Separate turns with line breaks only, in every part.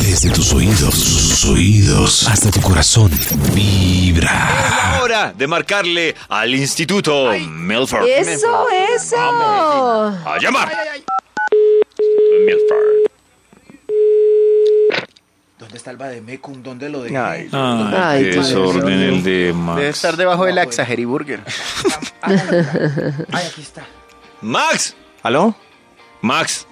Desde tus oídos, sus oídos, hasta tu corazón, vibra.
Ah.
la hora de marcarle al Instituto Milford.
Eso, eso.
A llamar. Milford.
¿Dónde está el Bademecum? ¿Dónde lo dejé?
Ay, qué
desorden el de Max.
Debe estar debajo de la Exageriburger.
Ah, ¿dónde está? Ay, aquí está.
Max.
¿Aló?
Max.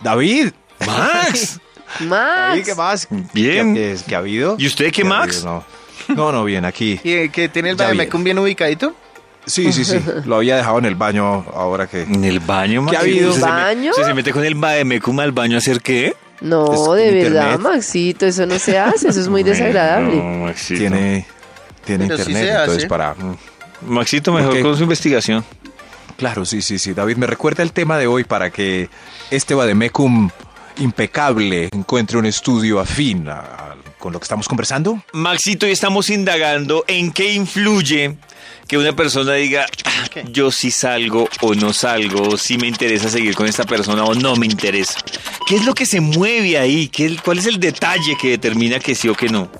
David.
Max.
David,
Max.
¿Qué más?
Bien.
¿Qué, qué- qué ha habido?
¿Y usted qué,
ha
Max?
habido? No. no, no, bien, aquí.
¿Y eh, que tiene el
Ya
Bademecum bien ubicadito?
Sí, sí, sí. Lo había dejado en el baño ahora que...
En el baño, Max.
¿Qué ha habido?
¿Usted se me-
¿Baño?
¿Usted se mete con el Bademecum al baño a hacer qué?
No,
Es
de
internet.
verdad, Maxito, eso no se hace, eso es muy
Bueno,
desagradable.
Maxito.
Tiene, tiene
Pero
internet,
sí se hace.
entonces para... mm,
Maxito, mejor
Ok.
con su investigación.
Claro, sí, sí, sí. David, me recuerda el tema de hoy para que este Bademecum impecable encuentre un estudio afín a- a- con lo que estamos conversando.
Maxito, y estamos indagando en qué influye que una persona diga, "Ah,
¿Qué?
yo sí salgo o no salgo, o si me interesa seguir con esta persona o no me interesa. ¿Qué es lo que se mueve ahí? ¿Qué, es- ¿Cuál es el detalle que determina que sí o que no?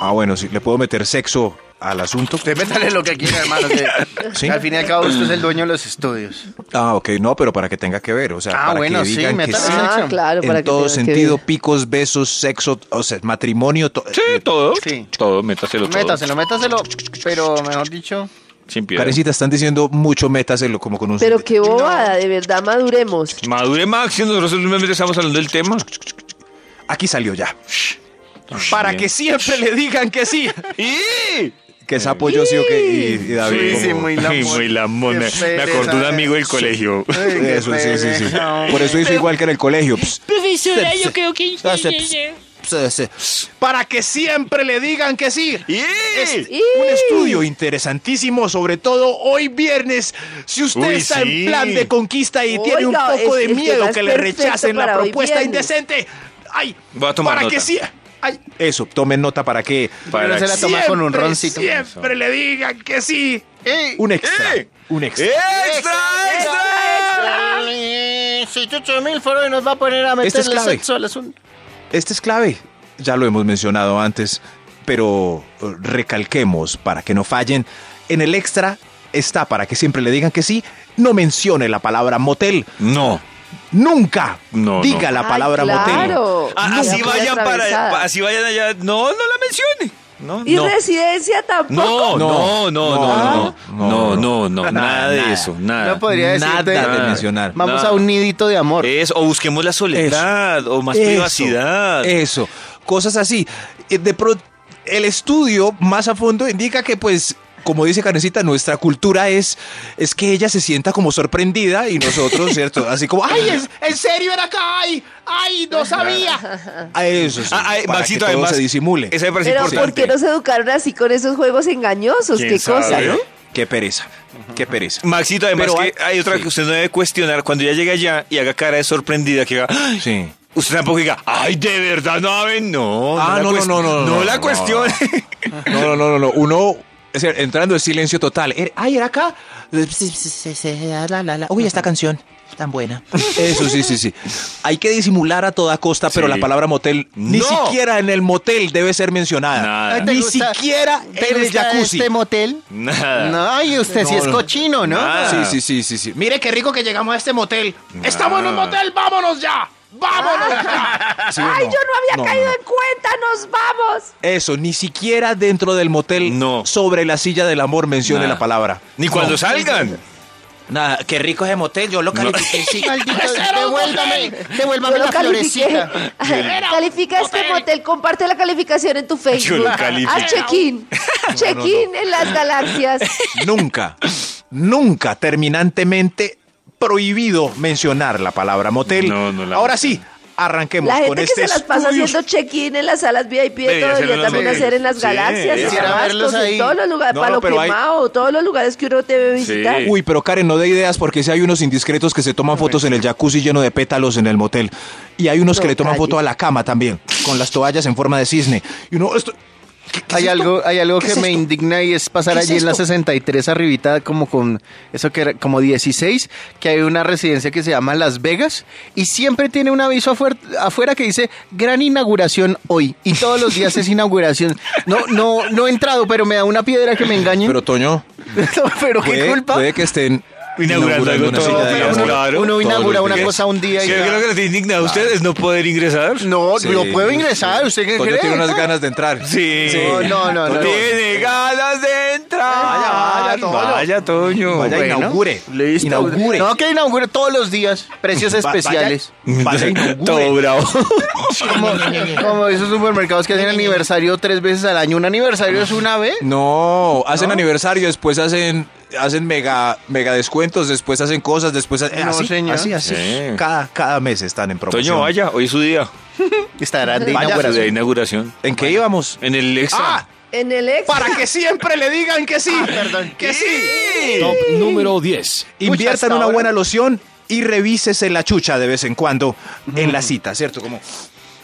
Ah, bueno, sí, le puedo meter sexo al asunto.
Usted métale lo que quiera, hermano. que
Sí.
Al fin y al cabo, usted es el dueño de los estudios.
Ah, ok, no, pero para que tenga que ver, o sea,
Ah,
para
bueno,
que
sí,
digan que
métale
sí.
Ah,
Exacto.
claro, para
en
que
todo
tengan que
sentido,
ver.
picos, besos, sexo, o sea, matrimonio. to- eh,
todo.
Sí.
Todo, métaselo
Métaselo, métaselo. Pero, mejor dicho,
Sin piedad.
Karencita, están diciendo mucho métaselo como con un...
Pero qué bobada, de verdad, maduremos.
Madure Max, y nosotros simplemente estamos hablando del tema.
Aquí salió ya. Para que siempre le digan que sí.
¡Y!
Que es apoyo sí o que... Y, y David,
Sí, sí,
como-
muy la
Ay,
mona.
muy la mona.
Qué
Me
pereza,
acordó un
eh.
amigo del colegio.
Eso, sí, sí, sí. Por eso hizo igual que en el colegio. ps.
Profesora, yo creo que...
Para que siempre le digan que sí.
¡Y!
Este-
Y-
Un estudio interesantísimo, sobre todo hoy viernes. Si usted
Uy,
está
sí.
en plan de conquista y tiene un
Oiga, es-
poco de
el tema
miedo
es
que le
perfecto
rechacen la
para hoy
propuesta
viernes.
indecente, ay,
Voy a tomar
para
nota.
que sí, ay, eso, tomen nota para que
Para
se la
que-
toma con un roncito.
siempre le digan que sí. Un extra,
¡Eh!
un
Este-
extra.
¡Extra, extra!
Si Chucho Milford hoy nos va a poner a
Este es
meterle
clave.
sexo al asunto.
Este es clave, ya lo hemos mencionado antes, pero eh, recalquemos para que no fallen. En el extra está para que siempre le digan que sí, no mencione la palabra motel.
No.
Nunca
No, no.
diga la
Ay,
palabra motel.
claro.
Ah,
Nunca
así vayan para
atravesada.
así vayan allá. No, no la mencione. No,
Y ¿Ah?
no.
residencia
No,
tampoco.
no, no, no, no, no, no, no, nada de eso, Ah, nada.
No podría
Nada
decirte.
de mencionar.
Vamos
Nada.
a un nidito de amor.
Es, o busquemos la soledad, o más
Eso,
privacidad.
Eso, cosas así. Eh, De pro- el estudio más a fondo indica que pues... Como dice Karencita, nuestra cultura es, es que ella se sienta como sorprendida y nosotros, ¿cierto? Así como, ¡ay, es- en serio era acá! ¡Ay, ay, no sabía! A eso, sí,
Ah, ah,
para
Maxito,
que todo
además,
se disimule.
Esa me parece
Pero ¿por
importante.
qué nos educaron así con esos juegos engañosos?
¿Quién
Qué cosa,
sabe?
¿no?
Qué pereza, qué pereza.
Maxito, además
Pero
que hay otra que usted no debe cuestionar. Cuando ya llega allá y haga cara de sorprendida, que diga, "Ay",
Sí.
usted tampoco diga, ay, de verdad no saben. No,
Ah,
la
no, no,
cuest-
no, no, no,
No
no,
la
no.
cuestione.
No, no, no, no, no. Uno es decir, entrando en silencio total. Er- Ay, era acá. ah, Uy, esta canción tan buena. Eso sí, sí, sí. Hay que disimular a toda costa, pero
Sí.
la palabra motel ni
No.
siquiera en el motel debe ser mencionada.
Nada.
Ay, ¿te
Ni
gusta-
siquiera
¿Te
en el
gusta
jacuzzi.
este motel?
Nada.
No, y usted sí
No,
es
no.
cochino, ¿no?
Nada.
Sí, sí, sí, sí, sí. Mire qué rico que llegamos a este motel.
Estamos en un motel.
Sí,
Ay, yo no
no. No,
había
no,
caído
no.
en cuenta, nos vamos.
Eso, ni siquiera dentro del motel,
No.
sobre la silla del amor mencione
Nada.
la palabra.
Ni cuando salgan.
Nada, qué rico ese motel, yo lo califiqué.
Sí, maldito, devuélvame, devuélvame
Yo
la
lo califiqué.
florecita.
Califica este motel, comparte la calificación en tu Facebook.
lo califiqué.
Haz check-in. Check-in en las galaxias.
nunca, nunca terminantemente prohibido mencionar la palabra motel.
No, no la
Ahora
menciono.
sí, arranquemos
La
con
gente
este
que se las pasa
estudio.
haciendo check-in en las salas VIP
Debería hacerlo
todo
en
debería
las
también
hoteles.
hacer en las
Sí,
galaxias, en
quisiera
Tabascos,
verlos ahí.
en todos los lugares,
No, no,
Palo
pero hay-
Quemado, todos los lugares que uno debe visitar.
Sí.
Uy, pero Karen, no dé ideas porque si hay unos indiscretos que se toman fotos en el jacuzzi lleno de pétalos en el motel. Y hay unos
No,
que le toman
calle.
foto a la cama también, con las toallas en forma de cisne. Y uno, esto,
Hay algo, hay algo
¿Qué
que
es
me
esto?
indigna y es pasar
¿Qué
allí
es
en la
esto?
63 arribita como con eso que era como 16, que hay una residencia que se llama Las Vegas y siempre tiene un aviso afuer- afuera, que dice gran inauguración hoy y todos los días es inauguración. No, no, no he entrado, pero me da una piedra que me engañen.
Pero Toño,
No, pero qué
puede,
culpa.
puede que estén
Inaugurando algo
una
todo,
silla de
pero
ruedas.
uno- uno
Todos
inaugura
los
una
días.
cosa un día y
Yo
ya.
creo que les indigna a ustedes no poder ingresar.
No,
Sí.
yo puedo ingresar, ¿usted qué
Toño
cree?
tiene unas ganas de entrar.
Sí.
No, no, no, no.
Tiene ganas de entrar.
Vaya, vaya, Toño.
Vaya, Toño.
Vaya,
Bueno,
inaugure.
Listo.
Inaugure.
No, que inaugure todos los días. Precios
Va-
especiales.
vaya inaugure.
Todo bravo.
Como, como esos supermercados que hacen aniversario tres veces al año. Un aniversario es una vez.
No, hacen aniversario, después hacen hacen mega mega descuentos, después hacen cosas, después hacen,
No,
Eh, así,
señor.
así, así.
Sí.
Cada, cada mes están en promoción.
Toño, vaya, hoy es su día.
Estará de
Vaya, su día de
inauguración.
inauguración.
¿En qué íbamos?
En el extra.
Ah,
En el ex.
para que siempre le digan que sí.
perdón.
Que sí.
Top número 10.
Pucha,
Invierta
hasta
en una
ahora.
buena loción y revísese la chucha de vez en cuando en la cita, ¿cierto? Como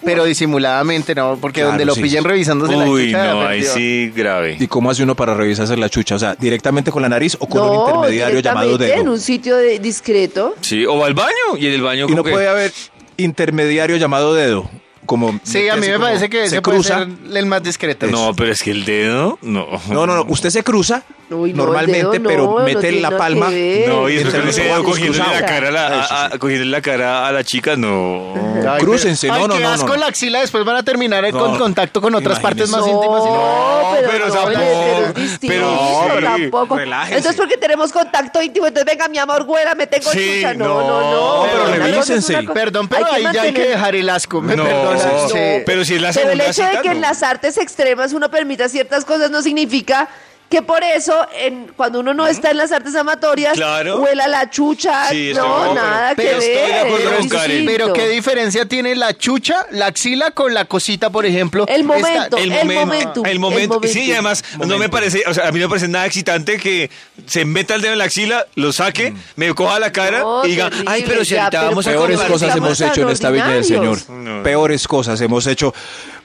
Pero disimuladamente, no, porque
Claro,
donde lo
sí.
pillen revisándose la
Uy,
chicha,
no, ahí
perdió.
sí, grave.
¿Y cómo hace uno para revisarse la chucha? O sea, directamente con la nariz o con un
no,
intermediario llamado
directamente en
dedo.
un sitio de- discreto.
Sí, o va al baño y en el baño
Y no
como que-
puede haber intermediario llamado dedo. Como
Sí, a mí
así
me
como
parece que
se
ese
cruza.
puede ser el más discreto.
No, pero es que el dedo, no.
No, no, no. Usted se cruza
Uy, no, el
normalmente,
dedo no,
pero
no
mete
tiene
la
nada
palma.
que ver.
No, y eso
Entre
con ese
los
dedo
ojos
cogiéndole la
cruzados.
cara a la, a- a- cogiéndole la cara a la chica, no.
Ay,
Crúcense,
pero-
no,
Ay,
no,
qué
no,
asco
no.
la axila, después van a terminar eh, con
No.
contacto con otras partes más íntimas. y-
No, pero,
pero
no,
tampoco,
pero es
pero
distinto,
sí,
tampoco.
relájense.
Entonces, porque tenemos contacto íntimo, entonces venga mi amor, güera, me tengo
Sí,
chucha. No,
no,
no, no.
pero
Una cosa es
revísense.
una cosa-
Perdón, pero
Hay que
ahí ya hay que
mantener-
dejar el asco. Me
No,
perdonan.
no,
Oh, sí.
pero si es la
Pero el
segunda
hecho de
cita,
que
no.
en las artes extremas uno permita ciertas cosas no significa que por eso, en, cuando uno no está en las artes amatorias,
Claro.
huela la chucha.
Sí, estoy de
no,
acuerdo,
nada
pero- pero
que
estoy de
ver.
acuerdo
es
con Karen.
distinto.
Pero qué diferencia tiene la chucha, la axila con la cosita, por ejemplo.
El momento,
Esta-
el momentum,
El
el
momento.
momentum.
Sí, y además, no me parece, o sea, a mí no me parece nada excitante que se meta el dedo en la axila, lo saque, me coja la cara
No,
y diga,
terrible,
ay, pero si
ya,
ahorita
pero
vamos a
pues,
Peores
Estamos
cosas
tan
hemos hecho en esta viña del Señor.
ordinarios.
No.
Peores cosas hemos hecho.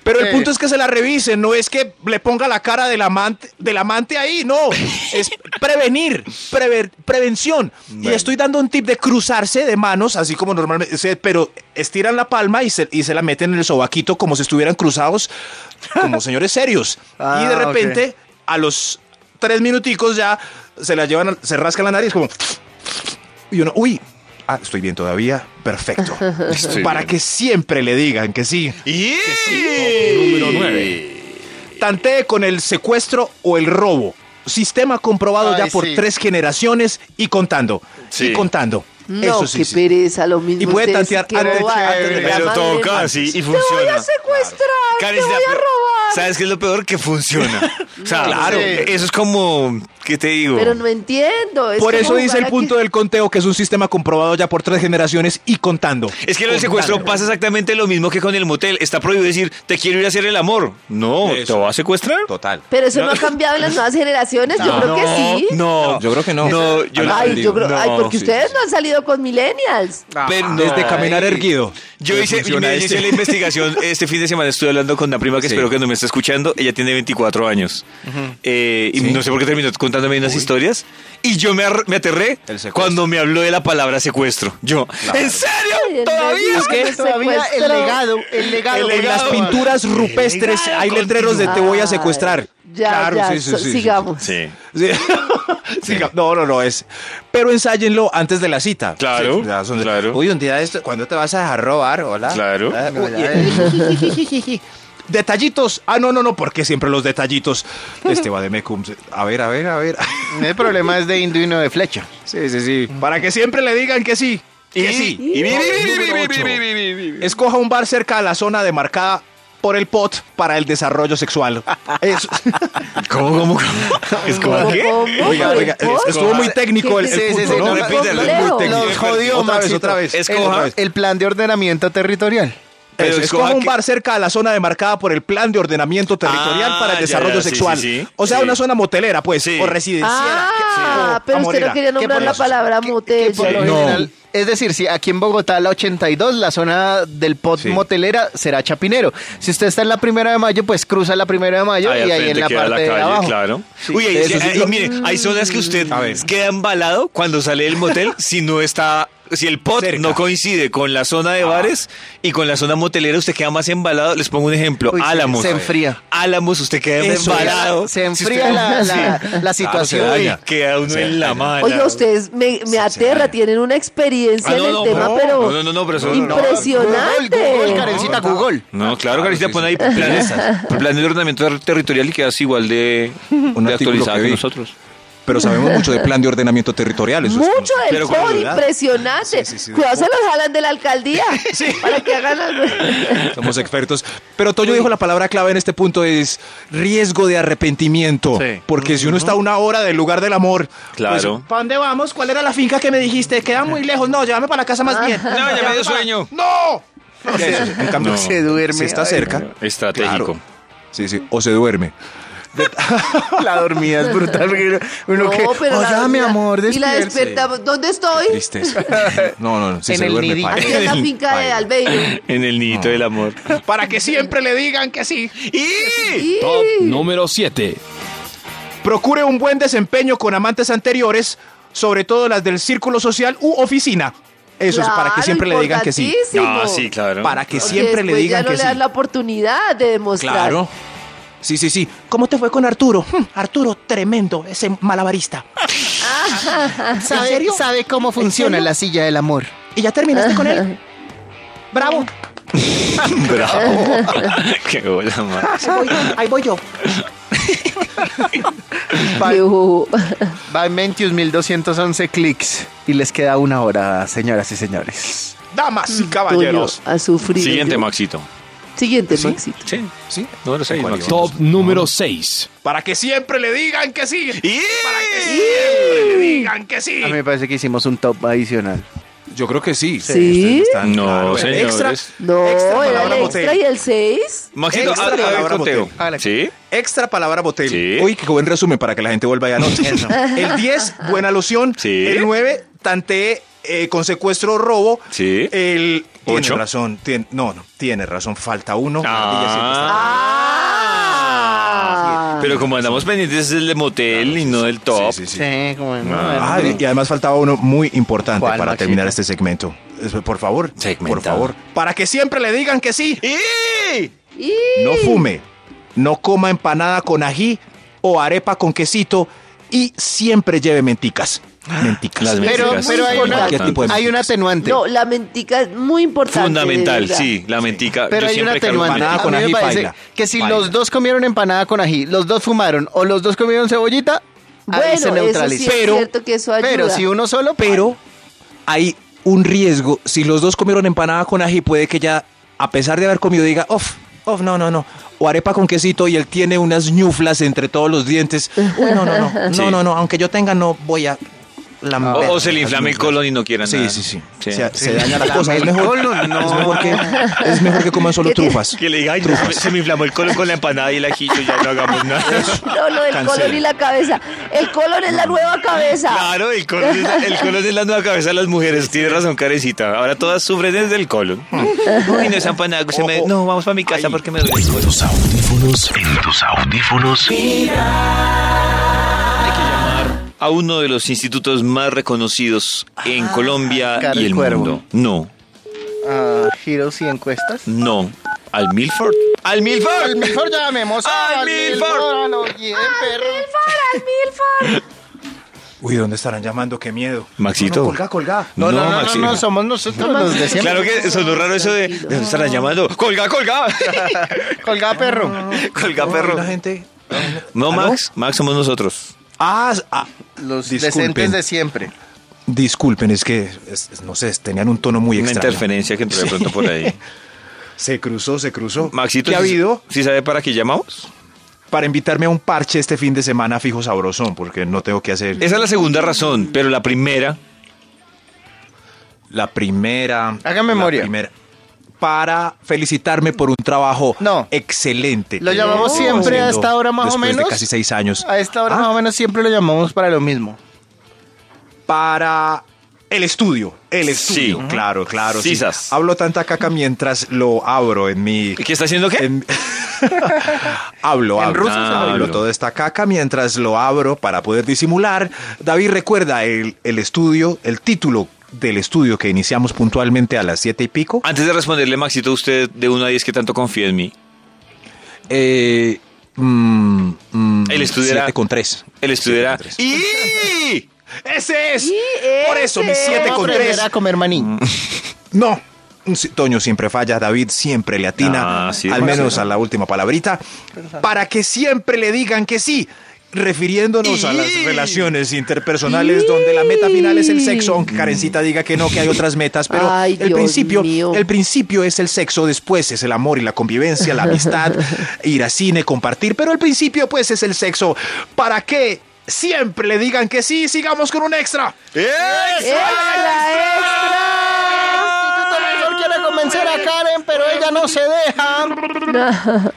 Pero el
Sí.
punto es que se la revisen, no es que le ponga la cara del amante, del amante ahí, no. Es prevenir, prever- prevención. Y estoy dando un tip de cruzarse de manos, así como normalmente, se- pero estiran la palma y se, y se la meten en el sobaquito como si estuvieran cruzados, como señores serios. y de
Ah, ok.
repente, a los tres minuticos ya se la llevan, al- se rascan la nariz como... Y uno, uy, ah, estoy bien todavía, perfecto. Para que siempre le digan que sí.
¡Y!
Número Tantee con el secuestro o el robo. Sistema comprobado
Ay,
ya por
sí.
tres generaciones y contando.
Sí.
Y contando.
No,
Eso sí.
qué
sí.
pereza, lo mismo.
Y puede
ustedes,
tantear
qué
antes de-
bobada,
antes de-
qué
Pero
drama de-
toca así y
Te
funciona.
voy a secuestrar,
Karen,
te voy
la-
a robar.
¿Sabes qué es lo peor? Que funciona. O sea,
Claro.
sí. eso es como, ¿qué te digo?
Pero no entiendo. es
Por
como
eso dice
jugar
el
a
punto
que-
del conteo, que es un sistema comprobado ya por tres generaciones y contando.
Es que en el secuestro pasa exactamente lo mismo que con el motel. Está prohibido decir, te quiero ir a hacer el amor. No,
Eso.
¿te va a secuestrar?
Total.
Pero eso no. ha cambiado en las nuevas generaciones. yo creo que sí.
No,
Yo creo que no.
No, yo
lo
Ay, yo creo, ay,
No,
porque
sí,
ustedes no han salido con millennials.
Pero Ah, no.
Desde caminar erguido.
Yo
Le
hice,
funciona
mira, yo
este.
hice la investigación este fin de semana. Estuve hablando con una prima que
Sí.
espero que no me esté escuchando. Ella tiene 24 años. Eh, y no sé por qué terminó contándome unas historias. Y yo me, ar- me aterré
El secuestro.
cuando me habló de la palabra secuestro. Yo, ¿en serio? ¿Todavía?
Es que
Todavía el legado, el legado.
El
con
En las
legado.
pinturas rupestres hay letreros de te voy a secuestrar.
Ya, ya, so- sigamos.
Sí.
Sí. Siga- No, no, no es. Pero ensáyenlo antes de la cita.
Claro,
ya son-
claro.
Uy, un día de esto, ¿cuándo te vas a dejar robar? Hola.
Claro.
Ah, uy, eh. Detallitos. Ah, no, no, no, porque siempre los detallitos. Este va de Mecum. A ver, a ver, a ver.
El problema es de indio y no de flecha.
Sí, sí, sí. Para que siempre le digan que sí.
Y,
Que sí.
y- y-
Número ocho. Escoja un bar cerca de la zona demarcada por el pot para el desarrollo sexual. Eso.
¿Cómo, cómo, cómo? Es como,
¿Cómo,
¿qué?
cómo?
Oiga,
¿Por
oiga,
el pot?
estuvo muy técnico el,
Sí,
el
sí,
punto,
sí,
¿no?
no,
Repítelo,
complejo.
muy técnico.
Los jodió,
Otra vez,
Maxito.
otra vez.
El,
Escoja.
el plan de ordenamiento territorial.
Pero
pesos.
escoja
eh, Escoja un
que-
bar cerca de la zona demarcada por el Plan de Ordenamiento Territorial
Ah,
para el
ya,
Desarrollo
ya, sí,
Sexual.
sí, sí.
O sea,
Sí.
una zona motelera, pues,
Sí.
o residencial.
Ah,
que-
pero
o
usted no
amorera.
quería nombrar
¿Qué
la
podemos-
palabra
Que
motel.
por lo
No.
general- es decir, si aquí en Bogotá la 82, la zona del pot
Sí.
motelera será Chapinero. Si usted está en la primera de mayo, pues cruza la primera de mayo
al
y ahí
frente
en la
queda
parte de abajo.
claro.
Sí,
Uy, ahí-
eso
eh,
sí.
y mire, hay zonas que usted
A ver.
queda embalado cuando sale del motel si no está, si el pot
Cerca.
no coincide con la zona
Ah.
de bares y con la zona motelera, usted queda más embalado. Les pongo un ejemplo,
Uy, sí,
Álamos.
se enfría.
Álamos, usted queda
Eso,
embalado.
Se
Si
enfría
usted-
la, la- la
Claro, se
situación.
Uy,
daña.
queda uno
Se
en la mala.
Oiga, ustedes me, me aterra, tienen una experiencia
Ah,
en
no,
el
no,
tema,
no,
pero,
no, no, no, pero eso-
Google, Google,
impresionante.
Karencita, Google.
No,
Ah,
claro, Carita,
sí,
pon
sí.
ahí planes, planes de ordenamiento territorial y quedas igual de, de
artículo
actualizado
que
que
vi.
nosotros.
Pero sabemos mucho de Plan de Ordenamiento Territorial. eso es-
Mucho del
Pero con
pod,
verdad.
impresionante.
Sí, sí, sí,
Cuidado,
del
se los jalan de la alcaldía. Para que hagan algo.
Somos expertos. Pero Toño dijo la palabra clave en este punto es riesgo de arrepentimiento.
Sí.
Porque si uno está a una hora del lugar del amor. pues,
Claro.
¿Para dónde vamos? ¿Cuál era la finca que me dijiste? Queda muy lejos. No, llévame para la casa más bien.
No, ya me dio sueño.
¡No! En cambio,
No.
Se duerme.
Si está
Ay,
cerca.
Estratégico.
Claro. Sí, sí. O se duerme.
La dormida es brutal. porque Uno que,
la
"Hola, mi
dormida-
amor,
Y la
despierte".
despertamos. ¿Dónde estoy?
Tristeza. No, no, no. Si
En
se
el
duerme,
nidito.
paila.
Aquí en la finca de Albeiro.
En el nidito del amor.
Para
eh,
que siempre le digan que sí.
¡Y!
Top número 7.
Procure un buen desempeño con amantes anteriores, sobre todo las del círculo social u oficina.
Eso es para que
Claro,
siempre le digan que sí.
importantísimo.
Ah, sí, claro.
Para que
Porque
siempre le
después ya
digan
no
que
le
sí.
dan la oportunidad de demostrar.
Claro. Sí, sí, sí.
¿Cómo te fue con Arturo? Hm, Arturo, tremendo, ese malabarista. ¿En
Ah, ¿Sabe,
serio?
sabe cómo funciona
serio?
la silla del amor.
¿Y ya terminaste con él? Bravo,
Bravo. Qué bola, más.
ahí voy, ahí voy yo.
Yo-
Va en 21.211 clics y les queda una hora, señoras y señores.
Damas y
Toño
caballeros.
a sufrir.
Siguiente,
Yo-
Maxito.
Siguiente, Maxi.
Sí.
Sí.
Número 6,
¿Cuál
Maxito.
Top número 6.
Para que siempre le digan que sí.
¡Y!
le digan que sí.
A mí me parece que hicimos un top adicional.
Yo creo que sí.
Sí.
ustedes están-
No,
claro,
señores.
Extra,
No,
Extra
era el
palabra
extra
motel.
y el 6.
Maxito,
Extra
a, a ver,
palabra
conteo.
botel.
Hágale.
Sí.
extra palabra botel.
Sí.
Uy, qué buen resumen para que la gente vuelva ya anoche. El 10, buena alusión.
Sí.
El 9, tanteé eh, con secuestro o robo.
Sí.
El
Ocho.
Tiene razón. tien- no, no, tiene razón. Falta uno. Ella siempre
Ah,
está-
Ah.
Pero como andamos pendientes del de motel y no del top.
Sí, sí, sí.
Sí, como en-
Ah, y- y además faltaba uno muy importante
¿Cuál,
para
Maxito?
terminar este segmento. Es- Por favor,
Segmentado.
por favor. Para que siempre le digan que sí.
¡Y!
Y-
No fume, no coma empanada con ají o arepa con quesito y siempre lleve menticas. Menticas.
Ah, Las
Pero,
menticas
pero hay,
son
una,
importantes.
tipo
pues.
de
hay un atenuante.
No, la mentica es muy importante. de
Fundamental,
verdad.
sí. La mentica.
pero
Ah, yo
hay un
siempre cargo
atenuante.
empanada
A
con
mí me
ají,
parece
paila.
que si
Paila.
los dos comieron empanada con ají, los dos fumaron o los dos comieron cebollita, ahí
Bueno,
se neutraliza.
Eso sí
Pero-
es cierto que eso ayuda.
pero si uno solo,
Pero hay un riesgo. Si los dos comieron empanada con ají, puede que ya, a pesar de haber comido, diga, off, off, no, no, no. O arepa con quesito y él tiene unas ñuflas entre todos los dientes. Uy, no, no, no.
Sí.
No, no, no, aunque yo tenga, no voy a
Ah,
O,
lamber.
o se le inflame el colon y no quieran
Sí,
nada.
sí, sí. Se, se daña la cosa. Es
El
mejor,
colon, no.
es mejor que, es mejor que coman solo
¿Qué tiene?
trufas.
Que le diga, ay, no, se me inflamó el colon con la empanada y el ajillo, ya no hagamos nada.
No, lo del
Cancela.
colon y la cabeza. El colon es la nueva cabeza.
Claro, el colon, es la, el colon es la nueva cabeza de las mujeres. Tiene razón, carecita. Ahora todas sufren desde el colon. Mm. Uy, no es empanada. se me- no, vamos para mi casa porque me duele.
En tus audífonos. En tus audífonos.
A uno de los institutos más reconocidos en Colombia
Caro
y el
Ah, Cuervo.
mundo. No,
Ah, giros y encuestas.
no. Al Milford. ¡Al
Al
Milford!
mejor llamemos
¡Al Milford!
a lo bien, perro.
Uy, ¿dónde estarán llamando? ¡Qué miedo!
Maxito.
No, no, colga, colga.
No, no, no, no,
Maxito.
no, somos nosotros los de siempre.
Claro que sonó raro eso de. ¿De dónde estarán llamando? ¡Colga, colga!
Colgá, perro.
¡Colga,
No,
perro!
La gente...
No,
¿Aló?
Max. Max somos nosotros.
Ah, ah,
Los
Disculpen.
decentes de siempre.
disculpen, es que, es- es- no sé, tenían un tono muy
Una
extraño.
interferencia que entró de pronto por ahí.
Se cruzó, se cruzó.
Maxito,
¿qué ha
¿sí-
habido?
¿Sí sabe para qué llamamos?
Para invitarme a un parche este fin de semana fijo sabrosón, porque no tengo que hacer...
Esa es la segunda razón, pero la primera.
La primera...
Haga memoria.
La primera. para felicitarme por un trabajo
No.
excelente.
Lo
que
llamamos
llevo
siempre a
haciendo
esta hora más o
después de
menos.
casi seis años.
A esta hora
Ah.
más o menos siempre lo llamamos para lo mismo.
para el estudio. El
Sí.
estudio. Claro, claro. sí.
Sisas.
Hablo tanta caca mientras lo abro en mi.
¿Qué está haciendo qué?
en- hablo,
En
hablo,
ruso se
hablo,
habla.
toda esta caca mientras lo abro para poder disimular. David, recuerda el, el estudio, el título del estudio que iniciamos puntualmente a las siete y pico.
Antes de responderle, Maxito, usted de 1 a 10, ¿qué tanto confía en mí?
Eh, mm, mm,
El estudio
siete
era-
con tres.
Él estudiará.
Siete con tres.
¡Y!
Ese es.
Y
Por eso,
ese
mis siete
Vamos a
con
aprender
tres.
a comer maní.
No. Sí, Toño siempre falla, David siempre le atina,
Ah, sí,
al
bueno,
menos
sí.
a la última palabrita, para que siempre le digan que sí, refiriéndonos a las
Y-
relaciones interpersonales donde la meta final es el sexo, aunque Karencita diga que no, que hay otras metas, pero
Ay,
el
Dios
principio,
mío.
el principio es el sexo, después es el amor y la convivencia, la amistad, ir a cine, compartir, pero el principio pues es el sexo, para que siempre le digan que sí, sigamos con un extra.
¡Extra, extra!
Instituto Mayor quiere convencer a Karen, pero ella no se deja.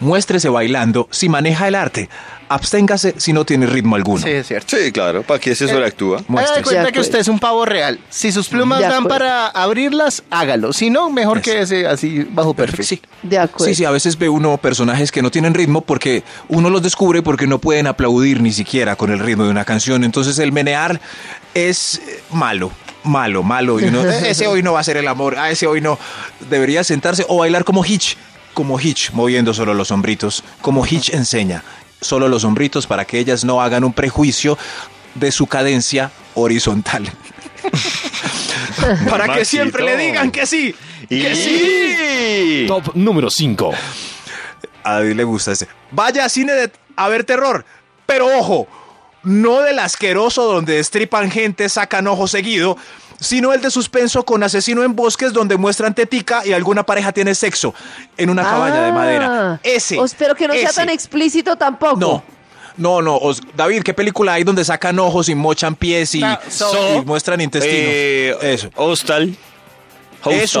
Muéstrese bailando si maneja el arte. Absténgase si no tiene ritmo alguno.
Sí, es cierto.
Sí, claro, ¿para qué se sobreactúa?
Haga de
Muéstrese.
cuenta
De
que usted es un pavo real. Si sus plumas
De
dan
acuerdo.
para abrirlas, hágalo. Si no, mejor
Eso.
que ese así bajo perfil.
Sí.
De acuerdo.
Sí, sí, a veces ve uno personajes que no tienen ritmo porque uno los descubre porque no pueden aplaudir ni siquiera con el ritmo de una canción. Entonces el menear es eh, malo, malo, malo. Y uno, "Eh, ese hoy no va a ser el amor, a ese hoy no. Debería sentarse o bailar como Hitch, como Hitch, moviendo solo los hombritos, como Hitch enseña, solo los hombritos para que ellas no hagan un prejuicio de su cadencia horizontal. para que
Maxito.
siempre le digan que sí.
¡Y!
Que sí.
Top número 5.
A David le gusta ese. Vaya a cine de- a ver terror. Pero ojo, no del asqueroso donde estripan gente, sacan ojo seguido, sino el de suspenso con asesino en bosques donde muestran tetica y alguna pareja tiene sexo en una cabaña de
Ah.
madera. Ese.
O espero que no sea
ese.
tan explícito tampoco.
No. No, no. os- David, ¿qué película hay donde sacan ojos y mochan pies y,
Ah,
so-
y muestran intestinos?
Eh,
Eso.
Hostal.
Eso,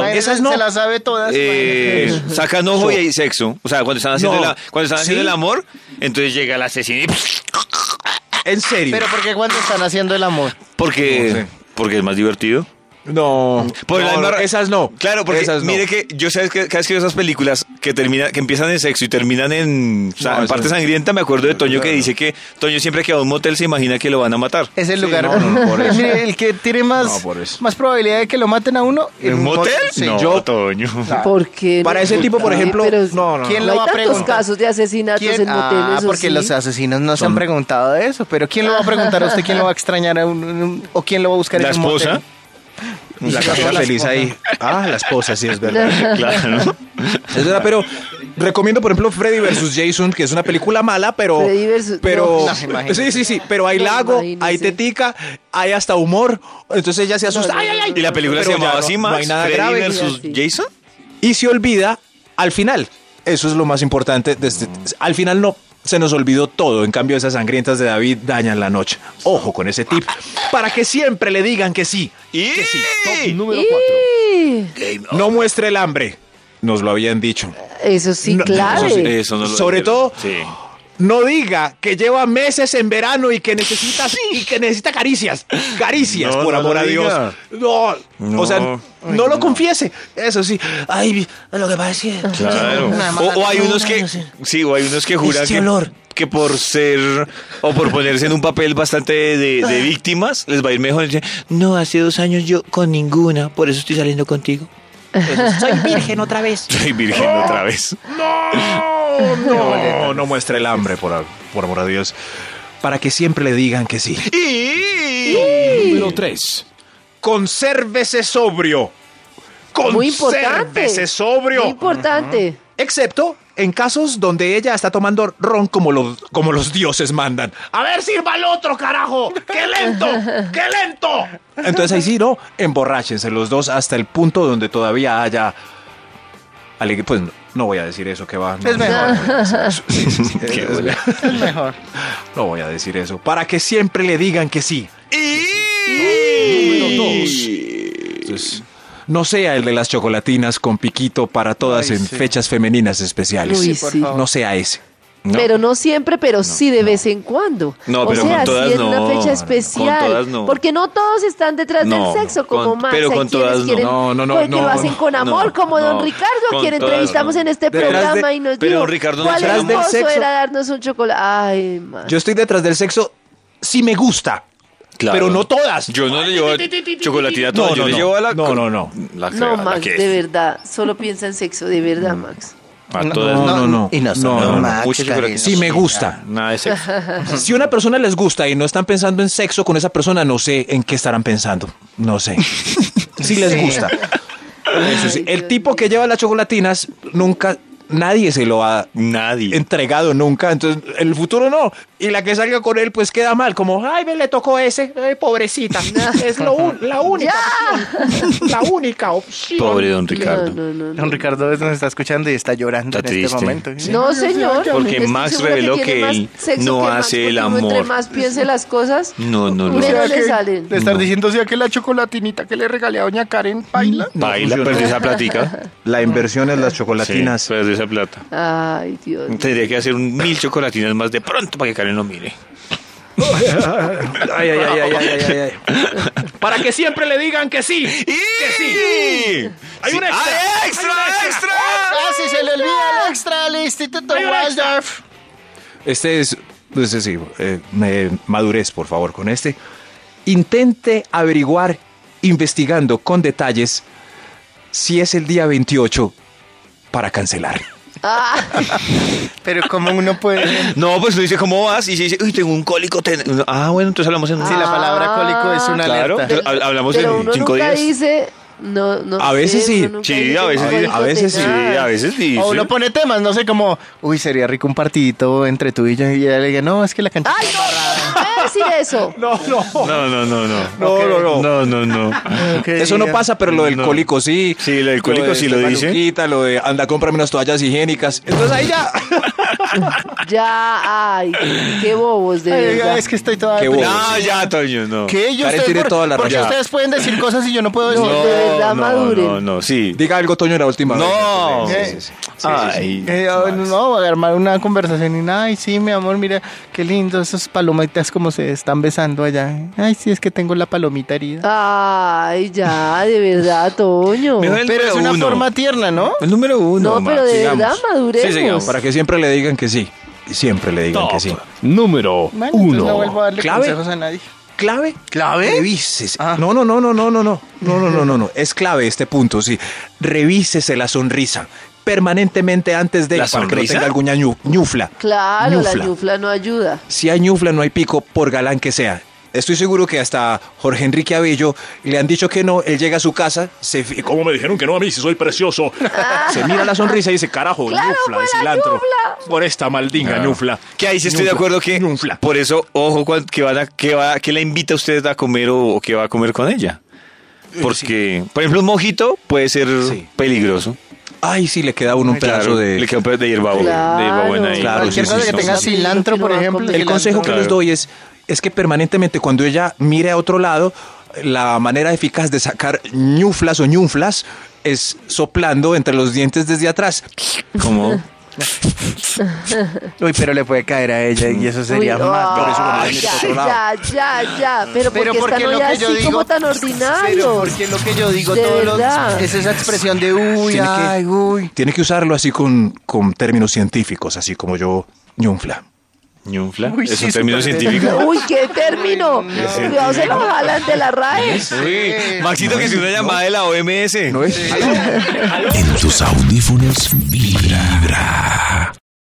Hostal.
Imagínese,
esas no.
Se las sabe todas.
Eh,
imagínese.
sacan ojo y hay sexo. O sea, cuando están haciendo,
No.
la- cuando están haciendo
¿Sí?
el amor, entonces llega el asesino y
En serio.
Pero porque cuando están haciendo el amor.
porque,
No sé.
porque es más divertido.
no.
Por
No,
pues la misma
no,
ra-
Esas no.
Claro, porque
esas no.
mire que yo sabes que cada vez que veo esas películas que termina, que empiezan en sexo y terminan en, o sea,
No,
en
eso
parte
no.
sangrienta, me acuerdo de Toño que dice que Toño siempre que va a un motel se imagina que lo van a matar.
Es el
Sí,
lugar.
no, no, por eso.
Mire, el que tiene más,
No, por eso.
más probabilidad de que lo maten a uno.
¿En un motel?
Sí.
no,
yo-
Toño.
Porque
Para ese tipo, por ejemplo, no, no, no.
¿Quién
hay
lo va a
tantos
preguntar?
casos de asesinatos
¿Quién?
en
Ah,
moteles. o
porque
sí.
los asesinos no se han preguntado de eso. Pero ¿quién lo va a preguntar a usted? ¿Quién lo va a extrañar a un- un- un- o quién lo va a buscar
¿La
en un motel?
esposa?
La
La
casa feliz
esposa.
ahí. Ah, la esposa, sí, es verdad.
claro.
Es verdad, pero recomiendo, por ejemplo, Freddy vs. Jason, que es una película mala, pero.
Freddy versus-
pero
no, imagínate.
sí, sí, sí. Pero hay
No,
lago,
imagínese.
hay tetica, hay hasta humor. Entonces ella se asusta.
No, no,
¡Ay, ay, ay!
¿Y la película
Pero
se llamaba
ya
así,
no-
Max?
No hay nada
¿Freddy
grave.
versus
Sí.
Jason?
Y se olvida al final. Eso es lo más importante. de este- Al final no. Se nos olvidó todo. En cambio, esas sangrientas de David dañan la noche. Ojo con ese tip. Para que siempre le digan que sí.
¡Y!
Que sí.
Número
Y-
No muestre el hambre. Nos lo habían dicho.
Eso sí,
No,
claro.
Eso sí, eso no lo
Sobre
dijeron.
todo-
Sí.
No diga que lleva meses en verano y que necesita, y que necesita caricias. Caricias,
No,
por
no
amor
lo
a Dios.
diga.
No,
No.
o sea, no lo confiese. Eso sí. Ay, lo que pasa es que.
Claro.
Una
O, o hay
mala
unos que.
luna,
Sí, o hay unos que juran
Este
que,
olor.
que por ser. O por ponerse en un papel bastante de, de víctimas, les va a ir mejor. Dicen, No, hace dos años yo con ninguna, por eso estoy saliendo contigo. Soy virgen
Oh.
otra vez. Soy virgen
No, no, no muestre el hambre, por, por amor a Dios. Para que siempre le digan que sí.
otra vez. Y.
Número 3.
Consérvese sobrio.
Muy importante.
Consérvese sobrio.
Muy importante.
Excepto en casos donde ella está tomando ron como los, como los dioses mandan. A ver, sirva el otro, carajo. ¡Qué lento! ¡Qué lento! Entonces ahí sí, ¿no? Emborráchense los dos hasta el punto donde todavía haya... alegr- Pues no, no voy a decir eso que va. No,
Es mejor.
No voy a decir eso. Sí, sí, sí.
Qué
Es-
bola.
Es mejor.
Eh, No voy a decir eso. Para que siempre le digan que sí.
Y.
Número 2.
Entonces, no sea el de las chocolatinas con piquito para todas
Ay,
en
sí.
fechas femeninas especiales.
Uy,
por
sí.
favor.
No sea ese. ¿no?
Pero no siempre, pero sí de vez en cuando.
No,
o
pero
sea,
con todas
sí en
no,
una
no,
fecha
con
especial.
todas no.
Porque no todos están detrás
No,
del sexo, como
con-
más.
pero con todas no.
No, no, no,
Que
no,
lo hacen con
no,
amor, como
no,
don Ricardo, a
con
quien
todas
entrevistamos
no.
en este
Detrás
programa
de-
y nos
pero
dijo
Ricardo no
cuál
se
llama-
esposo
Detrás del
era darnos un chocolate. Ay, man.
Yo estoy detrás del sexo si me gusta,
Claro.
pero no todas.
Yo no le llevo a chocolatina a
No,
todas,
no,
yo le
no.
llevo a la...
No, no, no.
La que-
no,
a la
Max,
que-
de verdad. Solo piensa en sexo, de verdad, Max.
A todas.
no, no, no.
Y no,
No,
no,
no, no.
Max,
Mucho chocolate.
Karen,
Si me
sí,
gusta.
Nada de sexo.
Si una persona les gusta y no están pensando en sexo con esa persona, no sé en qué estarán pensando. No sé. Si les gusta. Eso sí.
Ay,
El
Dios
tipo que lleva las chocolatinas, nunca, nadie se lo ha
Nadie.
entregado nunca. Entonces, el futuro no. Y la que salga con él, pues queda mal. Como, ay, me le tocó ese. Ay, pobrecita. es lo un- la única. opción, La única opción.
Pobre don Ricardo.
No, no, no, no.
Don Ricardo nos está escuchando y está llorando
Está
en
triste.
este momento.
No, señor.
Porque
Estoy
Max
segura
reveló
tiene
que
más
él
sexo
no
que Max,
hace el
porque uno
amor.
Entre más piense las cosas,
No, no, no.
menos le
que
salen.
Le están diciendo, ¿sí, que la chocolatinita que le regalé a doña Karen baila.
Mm.
Baila, perdió esa platica.
La inversión en las
Platinas. perdió esa plata.
Ay, Dios. mío.
Tendría que hacer un mil chocolatinas más de pronto para que Karen lo mire.
Ay, ay, ay, ay, ay, ay, ay, ay.
Para que siempre le digan que sí.
¡Y! sí! ¡Hay un extra! extra! extra!
Casi Ah, se le
Ah.
olvida el extra al Instituto Waldorf.
Este es, pues sí, eh, me- madurez, por favor, con este. Intente averiguar, investigando con detalles, si es el día 28 para cancelar.
Pero como uno puede... Si
No, pues tú dice ¿cómo vas? Y se dice, uy, tengo un cólico. ten- Ah, bueno, entonces hablamos en un... Ah,
la
Ah.
palabra cólico es una
Claro.
alerta.
Pero hab- hablamos
Pero
en
uno
cinco
nunca
días.
dice, no, no.
A
sé,
veces sí.
uno nunca
Sí,
dice
a veces,
que
sí,
no
a
hay
veces sí,
nada.
a veces sí.
O uno pone temas, no sé, como, uy, sería rico un partidito entre tú y yo. Y ella le diga, no, es que la cancha...
Ay, no, no, no, no decir eso.
No, no.
No, no, no, no.
No, no, no.
No, no, no.
Ok,
Eso no
ya.
pasa, pero lo del
Eh, No.
cólico sí.
Sí, lo del cólico
de
sí lo
la
dice.
maluquita, lo de anda, cómprame unas toallas higiénicas. Entonces ahí ya.
Ya, ay, qué bobos, de
Ay,
verdad.
es que estoy toda...
Qué bobo.
No, ya, Toño, no.
¿Qué? Yo
Karen
ustedes
tiene
por-
toda la
porque
razón.
ustedes pueden decir cosas y yo no puedo decir.
No,
de verdad,
no,
maduren.
No, no, sí.
Diga algo, Toño, la última
No.
vez.
Eh,
Sí, sí, sí.
Ay,
eh, oh,
Max.
no, armar una conversación y ay, sí, mi amor, mira, qué lindo esas palomitas como se están besando allá. Ay, sí, es que tengo la palomita
Ah,
herida.
Ay, ya, de verdad, Toño.
Mejor el
Pero es
número
una
uno.
forma tierna, ¿no?
El número uno.
No, pero
Max,
de
sigamos.
verdad, maduremos.
Sí, sigamos,
Para que siempre le digan que sí. Siempre le digan que sí.
Número
Bueno, entonces no vuelvo a
uno.
darle
Clave.
consejos a nadie.
¿Clave?
¿Clave?
Revises.
Ah.
No, no, no, no, no, no, no. No, no, no, no, no. Es clave este punto, sí. Revísese la sonrisa permanentemente antes de
¿La
para que no
sonrisa?
tenga alguna ñu- ñufla.
Claro, la
Ñufla.
ñufla no ayuda.
Si hay ñufla, no hay pico, por galán que sea. Estoy seguro que hasta Jorge Enrique Abello le han dicho que no. Él llega a su casa, se fi-
¿Cómo me dijeron que no a mí si soy precioso?
se mira la sonrisa y dice, carajo,
Ah. Claro,
ñufla
fue
de
la
cilantro.
ñufla.
Por esta maldinga ñufla.
Ah. Que ahí sí estoy de
Ñufla,
acuerdo que.
ñufla.
Por eso, ojo, cuan- que, van a, que, va, que la invita a usted a comer o, o que va a comer con ella. Porque, por ejemplo, un mojito puede ser
Eh, Sí.
peligroso.
Ay, sí, le queda a uno un pedazo
Claro,
de...
Le queda un pedazo de hierbabuena. De hierbabuena ahí.
Claro,
Cualquier
sí,
cosa
sí,
que
sí,
tenga
sí.
cilantro, por
No, no,
ejemplo.
no,
El
Adelante.
consejo que
Claro.
les doy es, es que permanentemente cuando ella mire a otro lado, la manera eficaz de sacar ñuflas o ñunflas es soplando entre los dientes desde atrás.
Como.
Uy, pero le puede caer a ella y eso sería
Uy,
más.
ay,
Por eso no le
ya,
digo.
ya, ya, ya. Pero,
Pero
porque
porque
están
lo
hoy
que yo
así como
digo-
tan
Pero
ordinarios.
porque lo que yo digo
De
todos los
verdad.
es esa expresión de uy,
Tiene que-
ay, uy.
Tiene que usarlo así con, con términos científicos, así como yo, ñunfla.
Ñunfla.
Uy,
es
sí,
un término
súper
científico.
Uy, qué término. Cuidado, se lo jalan de la RAE.
Uy, Maxito, que si una llamada de la OMS.
¿No es?
En tus audífonos vibra.